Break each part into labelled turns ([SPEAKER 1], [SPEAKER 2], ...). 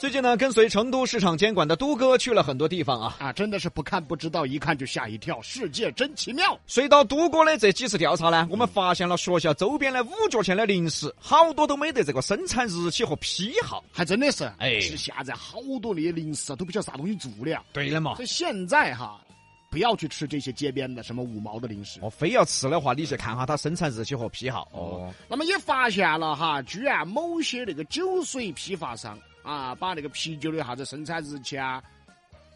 [SPEAKER 1] 最近呢，跟随成都市场监管的都哥去了很多地方啊。
[SPEAKER 2] 啊，真的是不看不知道，一看就吓一跳，世界真奇妙。
[SPEAKER 1] 随到都哥的这几次调查呢，我们发现了学校周边的五角钱的零食，好多都没得这个生产日期和批号。
[SPEAKER 2] 还真的是，
[SPEAKER 1] 哎
[SPEAKER 2] 其实现在好多那些零食啊，都不晓得啥东西做的。
[SPEAKER 1] 对的嘛
[SPEAKER 2] 所，以现在哈，不要去吃这些街边的什么五毛的零食。
[SPEAKER 1] 我非要吃的话，你去看下它生产日期和批号。哦，
[SPEAKER 2] 那么也发现了哈，居然某些那个酒水批发商啊，把那个啤酒的啥子生产日期啊，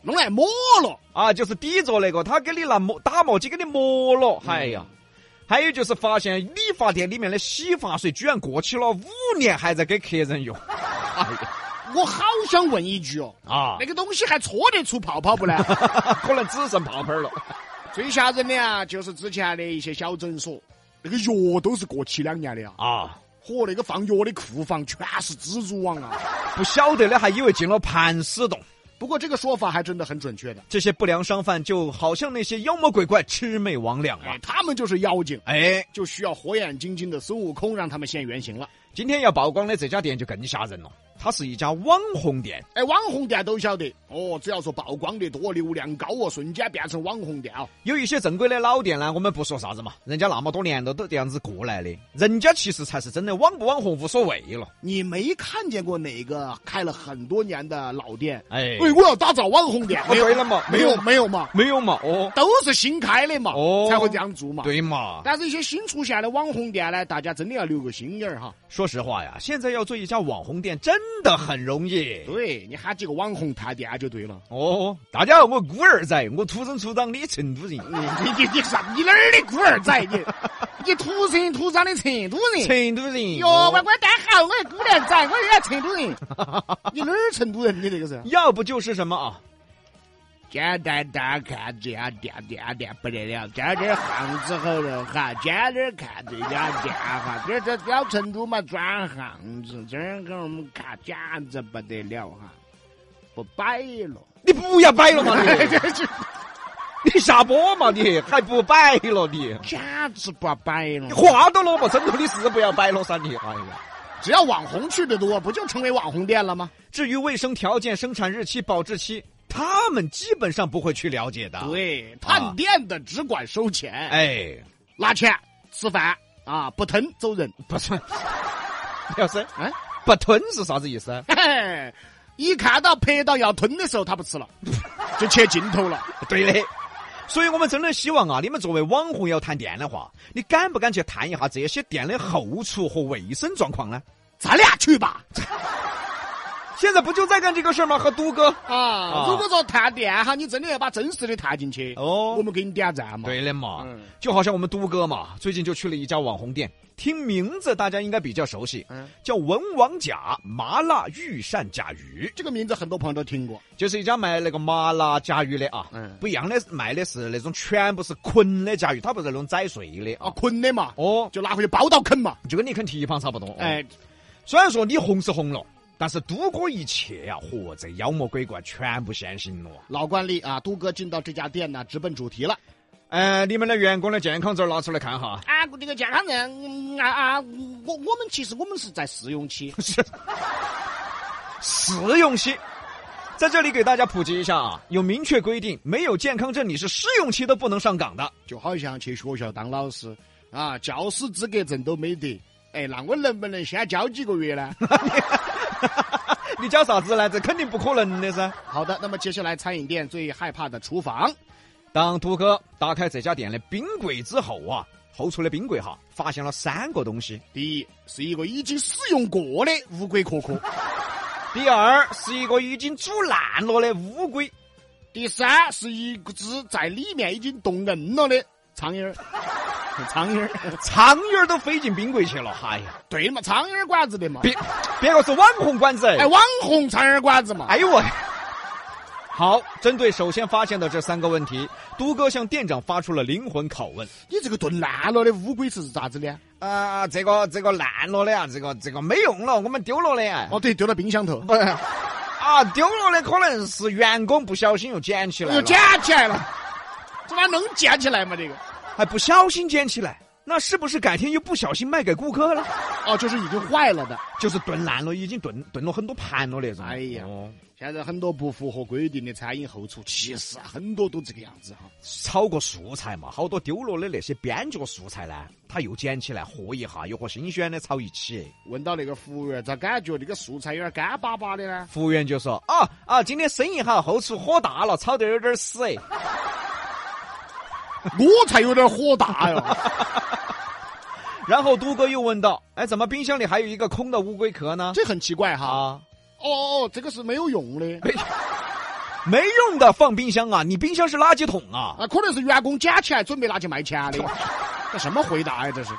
[SPEAKER 2] 弄来抹了。
[SPEAKER 1] 啊，就是底座那个，他给你拿磨打磨机给你磨了。哎呀，还有就是发现理发店里面的洗发水居然过期了五年，还在给客人用。
[SPEAKER 2] 啊我好想问一句哦，
[SPEAKER 1] 哎啊
[SPEAKER 2] 那，个东西还搓得出泡泡 不呢？
[SPEAKER 1] 可能只剩泡泡了。
[SPEAKER 2] 最吓人的啊，就是之前的一些小诊所，那个药都是过期两年的啊，
[SPEAKER 1] 啊，
[SPEAKER 2] 和那个放药的库房全是蜘蛛网啊。
[SPEAKER 1] 不晓得的还以为进了盘丝洞。
[SPEAKER 2] 不过这个说法还真的很准确的，
[SPEAKER 1] 这些不良商贩就好像那些妖魔鬼怪魑魅魍魉
[SPEAKER 2] 哎
[SPEAKER 1] 啊，，
[SPEAKER 2] 他们就是妖精，
[SPEAKER 1] 哎，
[SPEAKER 2] 就需要火眼金睛的孙悟空让他们现原形了。
[SPEAKER 1] 今天要曝光的这家店就更吓人了，它是一家网红店，
[SPEAKER 2] 哎，网红店都晓得哦，只要说曝光的多、流量高哦，瞬间变成网红店哦。
[SPEAKER 1] 有一些正规的老店呢，我们不说啥子嘛，人家那么多年了都这样子过来的，人家其实才是真的网不网红无所谓了，
[SPEAKER 2] 你没看见过哪个开了很多年的老店？
[SPEAKER 1] 哎
[SPEAKER 2] 哎，我要打造网红店，
[SPEAKER 1] 哦对了嘛
[SPEAKER 2] 没
[SPEAKER 1] 没有
[SPEAKER 2] 有
[SPEAKER 1] 嘛
[SPEAKER 2] 没有嘛，
[SPEAKER 1] 没有嘛，哦，
[SPEAKER 2] 都是新开的嘛，
[SPEAKER 1] 哦
[SPEAKER 2] 才会这样做嘛。
[SPEAKER 1] 对嘛，
[SPEAKER 2] 但是，一些新出现的网红店呢，大家真的要留个心眼儿哈。
[SPEAKER 1] 说实话呀，现在要做一家网红店真的很容易，
[SPEAKER 2] 对你喊几个网红探店就对了。
[SPEAKER 1] 哦，大家好，我孤儿仔，我土生土长的成都人，
[SPEAKER 2] 你你你你啥？你哪儿的孤儿仔？你你土生土长的成都人。
[SPEAKER 1] 成都人
[SPEAKER 2] 哎哟，乖乖，大家好，我是姑娘仔，我是成都人。你哪儿成都人？你这个是？
[SPEAKER 1] 要不就是什么啊？
[SPEAKER 2] 简单单看这家店店店不得了，这点巷子后头哈，今天看这家店哈，这这小成都嘛转巷子，今儿给我们看简直不得了哈，不摆了。
[SPEAKER 1] 你不要摆了嘛 你，
[SPEAKER 2] 这这
[SPEAKER 1] 你下播嘛你，还不摆了你？
[SPEAKER 2] 简直不摆了
[SPEAKER 1] 你！话都落嘛，枕头的事不要摆了噻你。哎呀，
[SPEAKER 2] 只要网红去的多，不就成为网红店了吗？
[SPEAKER 1] 至于卫生条件、生产日期、保质期，他们基本上不会去了解的。，
[SPEAKER 2] 啊对，探店的只管收钱，
[SPEAKER 1] 哎，
[SPEAKER 2] 拿钱吃饭啊，不疼走人。
[SPEAKER 1] 不是， 要是
[SPEAKER 2] 哎，
[SPEAKER 1] 不吞是啥子意思？
[SPEAKER 2] 嘿嘿，一看到拍到要吞的时候，他不吃了， 就切尽头了。
[SPEAKER 1] 对的。所以我们真的希望啊，你们作为网红要探店的话，你敢不敢去探一下这些店的后厨和卫生状况呢？
[SPEAKER 2] 咱俩去吧。
[SPEAKER 1] 现在不就在干这个事儿吗？和都哥。
[SPEAKER 2] 啊，如果说探店哈，你真的要把真实的探进去，
[SPEAKER 1] 哦
[SPEAKER 2] 我们给你点赞嘛。，
[SPEAKER 1] 对的嘛，
[SPEAKER 2] 嗯
[SPEAKER 1] 就好像我们都哥嘛，最近就去了一家网红店，听名字大家应该比较熟悉，
[SPEAKER 2] 嗯
[SPEAKER 1] 叫文王甲麻辣御膳甲鱼，
[SPEAKER 2] 这个名字很多朋友都听过。
[SPEAKER 1] 就是一家卖那个麻辣甲鱼的啊。
[SPEAKER 2] 嗯
[SPEAKER 1] 不一样的是卖的是那种全部是捆的甲鱼，它不是那种宰碎的
[SPEAKER 2] 啊
[SPEAKER 1] 啊，。
[SPEAKER 2] 捆的嘛，
[SPEAKER 1] 哦，
[SPEAKER 2] 就拿回去包到啃嘛。
[SPEAKER 1] 就跟你啃蹄膀差不多。哎，
[SPEAKER 2] 哎，
[SPEAKER 1] 虽然说你红是红了，但是都哥一去啊，嚯，这妖魔鬼怪全部现形了啊。
[SPEAKER 2] 老惯例啊，都哥进到这家店呢，直奔主题了。
[SPEAKER 1] 呃，你们的员工的健康证拿出来看哈。
[SPEAKER 2] 啊，这个健康人嗯啊啊，我我们其实我们是在试用期，
[SPEAKER 1] 是试用期。在这里给大家普及一下啊，有明确规定，没有健康证你是试用期都不能上岗的。
[SPEAKER 2] 就好像去学校当老师啊，教师资格证都没得。哎，那我能不能先教几个月呢？
[SPEAKER 1] 你讲啥子呢？这肯定不可能的噻。
[SPEAKER 2] 好的，那么接下来餐饮店最害怕的厨房，
[SPEAKER 1] 当杜哥打开这家店的冰柜之后啊，后厨的冰柜哈，发现了三个东西。
[SPEAKER 2] 第一是一个已经使用过的乌龟壳壳，
[SPEAKER 1] 第二是一个已经煮烂了的乌龟，
[SPEAKER 2] 第三是一只在里面已经冻硬了的苍蝇儿，苍蝇儿，
[SPEAKER 1] 苍蝇儿都飞进冰柜去了。哎呀，
[SPEAKER 2] 对嘛，苍蝇儿馆子的嘛，
[SPEAKER 1] 别别个是网红馆子，
[SPEAKER 2] 哎，网红苍蝇儿馆子嘛，
[SPEAKER 1] 哎呦我！好，针对首先发现的这三个问题，都哥向店长发出了灵魂拷问。
[SPEAKER 2] 你这个炖烂了的乌龟是咋子的？
[SPEAKER 1] 啊、这个这个烂了的啊，这个这个没用了，我们丢了的啊。
[SPEAKER 2] 哦，对，丢到冰箱头，
[SPEAKER 1] 不啊，丢了的可能是员工不小心又捡起来
[SPEAKER 2] 又
[SPEAKER 1] 了，
[SPEAKER 2] 捡起来了，这玩意儿能捡起来吗？这个
[SPEAKER 1] 哎还不小心捡起来。那是不是改天又不小心卖给顾客了？
[SPEAKER 2] 哦，就是已经坏了的。
[SPEAKER 1] 就是炖烂了，已经炖炖了很多盘了那种。
[SPEAKER 2] 哎呀
[SPEAKER 1] 哦
[SPEAKER 2] 现在很多不符合规定的餐饮后厨，其实啊很多都这个样子哈。
[SPEAKER 1] 炒个素菜嘛，好多丢了的那些边角素菜呢，他又捡起来和一下，又和新鲜的炒一起。
[SPEAKER 2] 问到那个服务员，咋感觉那个素菜有点干巴巴的呢？
[SPEAKER 1] 服务员就说：“啊啊，今天生意好，后厨火大了，炒得有点死。
[SPEAKER 2] 我才有点火大哟。”
[SPEAKER 1] 然后都哥又问道：“哎，怎么冰箱里还有一个空的乌龟壳呢
[SPEAKER 2] 这很奇怪？”哈。
[SPEAKER 1] 啊，
[SPEAKER 2] 哦哦，这个是没有用的
[SPEAKER 1] 没没用的，放冰箱啊！你冰箱是垃圾桶啊！
[SPEAKER 2] 啊，可能是员工捡起来准备拿去卖钱的。这什么回答呀、这是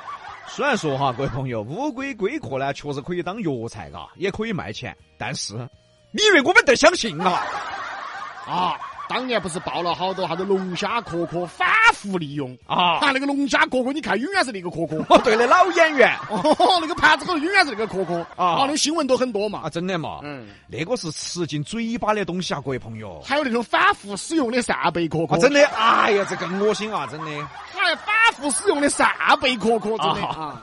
[SPEAKER 1] 虽然说哈，各位朋友，乌龟龟壳呢确实可以当药材啊，也可以卖钱，但是你以为我们得相信啊？
[SPEAKER 2] 啊，当年不是爆了好多啥子龙虾壳壳反复利用
[SPEAKER 1] 啊
[SPEAKER 2] 啊？那个龙虾壳壳，你看永远是那个壳壳。
[SPEAKER 1] 哦，对的，老演员
[SPEAKER 2] 哦，那个盘子后头永远是那个壳壳
[SPEAKER 1] 啊
[SPEAKER 2] 啊，那个新闻都很多嘛
[SPEAKER 1] 啊，。真的嘛？
[SPEAKER 2] 嗯，
[SPEAKER 1] 那个是吃进嘴巴的东西啊，各位朋友
[SPEAKER 2] 还有那种反复使用的扇贝壳壳，
[SPEAKER 1] 啊，真的，哎呀，这更恶心啊，真的。
[SPEAKER 2] 还反复使用的扇贝壳壳，真的
[SPEAKER 1] 啊
[SPEAKER 2] 啊。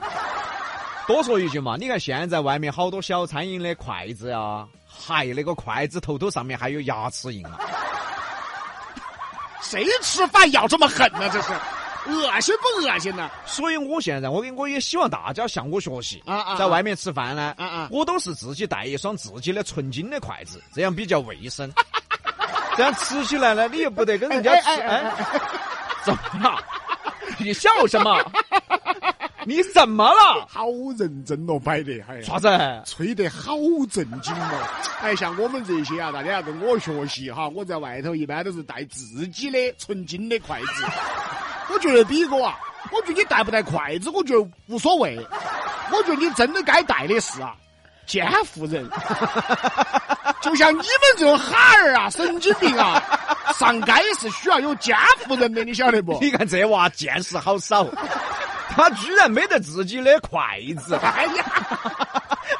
[SPEAKER 1] 多说一句嘛，你看现在外面好多小餐饮的筷子啊，还那个筷子头头上面还有牙齿印啊，
[SPEAKER 2] 谁吃饭咬这么狠呢、这是恶心不恶心呢、
[SPEAKER 1] 所以我现在我跟我也希望大家向我学习
[SPEAKER 2] 啊啊
[SPEAKER 1] 在外面吃饭呢，
[SPEAKER 2] 啊啊
[SPEAKER 1] 我都是自己带一双自己的纯金的筷子，这样比较卫生。 这样吃起来呢，你又不得跟人家吃，
[SPEAKER 2] 哎哎哎
[SPEAKER 1] 哎， 怎么了？你笑什么？你怎么了？
[SPEAKER 2] 好认真哦，摆的，哎呀，
[SPEAKER 1] 啥子？
[SPEAKER 2] 吹得好正经哦。哎，像我们这些啊，大家要跟我学习哈。我在外头一般都是带自己的纯金的筷子。我觉得比哥啊，我觉得你带不带筷子，我觉得无所谓。我觉得你真的该带的是啊，监护人。就像你们这种哈儿啊，神经病啊，上街是需要有监护人的，你晓得不？
[SPEAKER 1] 你看这娃见识好少， 他居然没得自己的筷子。
[SPEAKER 2] 哎呀，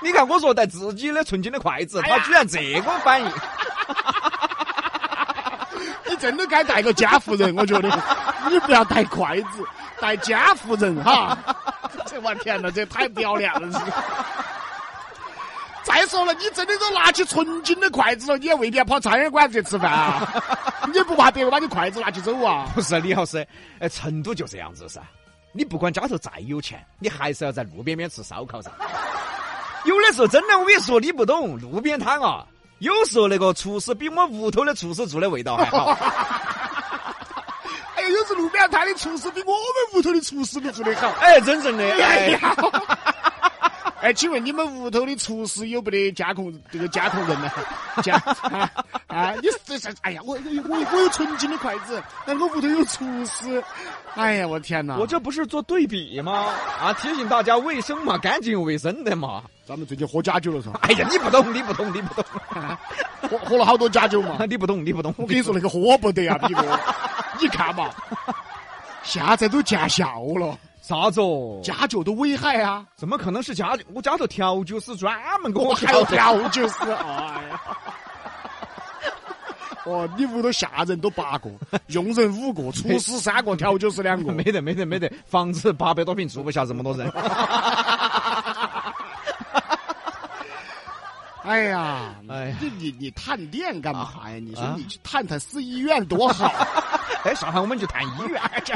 [SPEAKER 1] 你看我说带自己的纯金的筷子，
[SPEAKER 2] 哎呀
[SPEAKER 1] 他居然这个反应。
[SPEAKER 2] 你真的该带个监护人，我觉得你不要带筷子， 带监护人哈。 这我天哪，这太不要脸了！是 再说了，你真的都拿起纯金的筷子了，你也未必要跑餐饮馆子去吃饭啊？ 你也不怕别个把你筷子拿起走啊？
[SPEAKER 1] 不是李老师， 哎，成都就这样子噻。你不管家头再有钱，你还是要在路边边吃烧烤噻。 有的时候真的，我跟你说，你不懂路边摊啊。有时候那个厨师比我们屋头的厨师做的味道还好。
[SPEAKER 2] 哎呀，有时路边摊的厨师比我们屋头的厨师都做得好。
[SPEAKER 1] 哎，真正的，
[SPEAKER 2] 哎
[SPEAKER 1] 哎，
[SPEAKER 2] 呀！哎，请问你们屋头的厨师有没得监控这个监控人呢？ 监啊啊！你是这是哎呀，我我我我有纯金的筷子，但我屋头有厨师。哎呀，我天哪！
[SPEAKER 1] 我这不是做对比吗？啊，提醒大家卫生嘛，干净卫生的嘛。
[SPEAKER 2] 咱们最近喝假酒了是吧？
[SPEAKER 1] 哎呀，你不懂，你不懂，你不懂，
[SPEAKER 2] 喝喝了好多假酒嘛。
[SPEAKER 1] 你不懂，你不懂。
[SPEAKER 2] 我跟你说，那个喝不得啊，比哥，你看嘛，现在都见效了，
[SPEAKER 1] 啥子哦？
[SPEAKER 2] 假酒都危害啊，
[SPEAKER 1] 怎么可能是家酒？我家头调酒师专门给
[SPEAKER 2] 我
[SPEAKER 1] 我
[SPEAKER 2] 还要
[SPEAKER 1] 调的。
[SPEAKER 2] 调酒 师，哎呀。 哦，你屋头下人都八个，佣人五个，厨师三个，调酒师两 个
[SPEAKER 1] 没。得没得没得，房子八百多平住不下这么多人。
[SPEAKER 2] 哎呀，
[SPEAKER 1] 哎呀
[SPEAKER 2] 你你你探店干嘛呀？你说
[SPEAKER 1] 啊
[SPEAKER 2] 你去探探市医院多好。
[SPEAKER 1] 哎，上海我们去谈医院 去。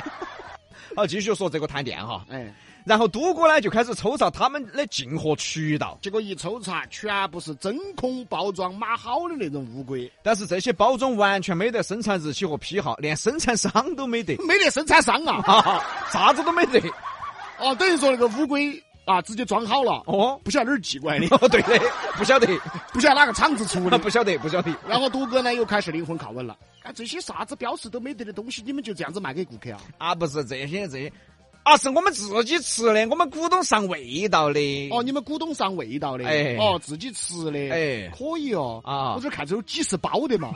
[SPEAKER 1] 好，继续说这个探店哈。
[SPEAKER 2] 哎，
[SPEAKER 1] 然后都哥呢就开始抽查他们的进货渠道，
[SPEAKER 2] 结果一抽查，全部是真空包装码好的那种乌龟，
[SPEAKER 1] 但是这些包装完全没得生产日期和批号，连生产商都没得，
[SPEAKER 2] 没得生产商啊。
[SPEAKER 1] 啊，啥子都没得。
[SPEAKER 2] 哦，等于说那个乌龟啊，直接装好了，
[SPEAKER 1] 哦，
[SPEAKER 2] 不晓得哪儿寄过来的，
[SPEAKER 1] 哦对 的，不晓得，
[SPEAKER 2] 不晓得哪个厂子出 的。
[SPEAKER 1] 不晓得，不晓得。
[SPEAKER 2] 然后都哥呢又开始灵魂拷问了：啊，这些啥子标识都没得的东西，你们就这样子卖给顾客啊？
[SPEAKER 1] 啊，不是这些这些，啊，是我们自己吃的，我们股东上味道的。
[SPEAKER 2] 哦，你们股东上味道的，
[SPEAKER 1] 哎
[SPEAKER 2] 哦，自己吃的，
[SPEAKER 1] 哎
[SPEAKER 2] 可以哦。
[SPEAKER 1] 啊
[SPEAKER 2] 我这看着有几十包的嘛，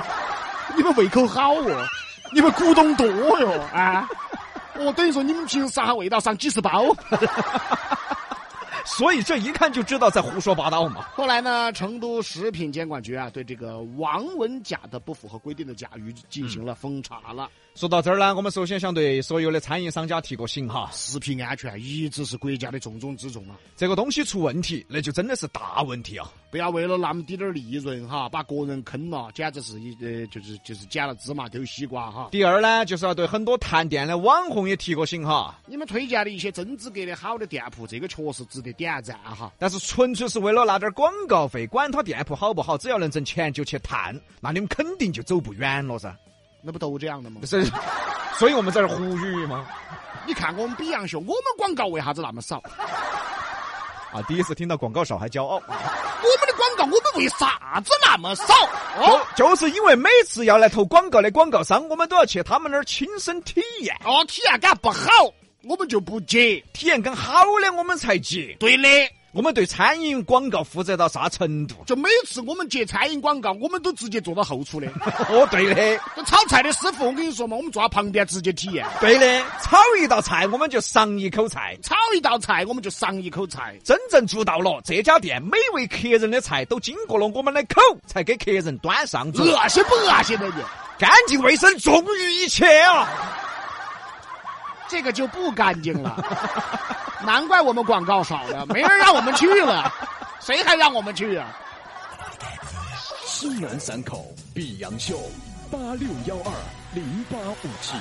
[SPEAKER 2] 你们胃口好哦，你们股东多哟、啊。哦，等于说你们平时啥味道上几十包。
[SPEAKER 1] 所以这一看就知道在胡说八道嘛。
[SPEAKER 2] 后来呢，成都食品监管局啊，对这个王文甲的不符合规定的甲鱼进行了封查了。
[SPEAKER 1] 说到这儿呢，我们首先想对所有的餐饮商家提个醒哈，
[SPEAKER 2] 食品安全啊一直是国家的重中之重啊！
[SPEAKER 1] 这个东西出问题，那就真的是大问题啊！
[SPEAKER 2] 不要为了那么滴点儿利润哈，把个人坑了，简直是一呃，就是就是捡了芝麻丢西瓜哈！
[SPEAKER 1] 第二呢，就是要对很多探店的网红也提个醒哈，
[SPEAKER 2] 你们推荐的一些真资格的好的店铺，这个确实值得点赞哈。
[SPEAKER 1] 但是纯粹是为了拿点广告费，管他店铺好不好，只要能挣钱就去探，那你们肯定就走不远了噻。
[SPEAKER 2] 那不都这样的吗
[SPEAKER 1] 不？是， 所以我们在这儿呼吁嘛。
[SPEAKER 2] 你看我们比洋秀，我们广告为啥子那么少？我
[SPEAKER 1] 啊，第一次听到广告少还骄傲，
[SPEAKER 2] 们的广告我们为啥子那么少？哦
[SPEAKER 1] 就就是因为每次要来投广告的广告商，我们都要去他们那儿亲身体验，
[SPEAKER 2] 哦，体验感不好，我们就不接。
[SPEAKER 1] 体验感好的我们才接。
[SPEAKER 2] 对的，
[SPEAKER 1] 我们对餐饮广告负责到啥程度？
[SPEAKER 2] 就每次我们接餐饮广告，我们都直接坐到后厨的。
[SPEAKER 1] 哦，对的，
[SPEAKER 2] 这炒菜的师傅，我跟你说嘛，我们坐他旁边直接体验。
[SPEAKER 1] 对的，炒一道菜我们就赏一口菜。
[SPEAKER 2] 炒一道菜，我们就赏一口菜。
[SPEAKER 1] 真正做到了，这家店每位客人的菜都经过了我们的口，才给客人端上桌，
[SPEAKER 2] 恶心不恶心的你？
[SPEAKER 1] 干净卫生重于一切啊！
[SPEAKER 2] 这个就不干净了，难怪我们广告少了，没人让我们去了，谁还让我们去啊？
[SPEAKER 3] 西南三口碧阳秀，八六幺二零八五七。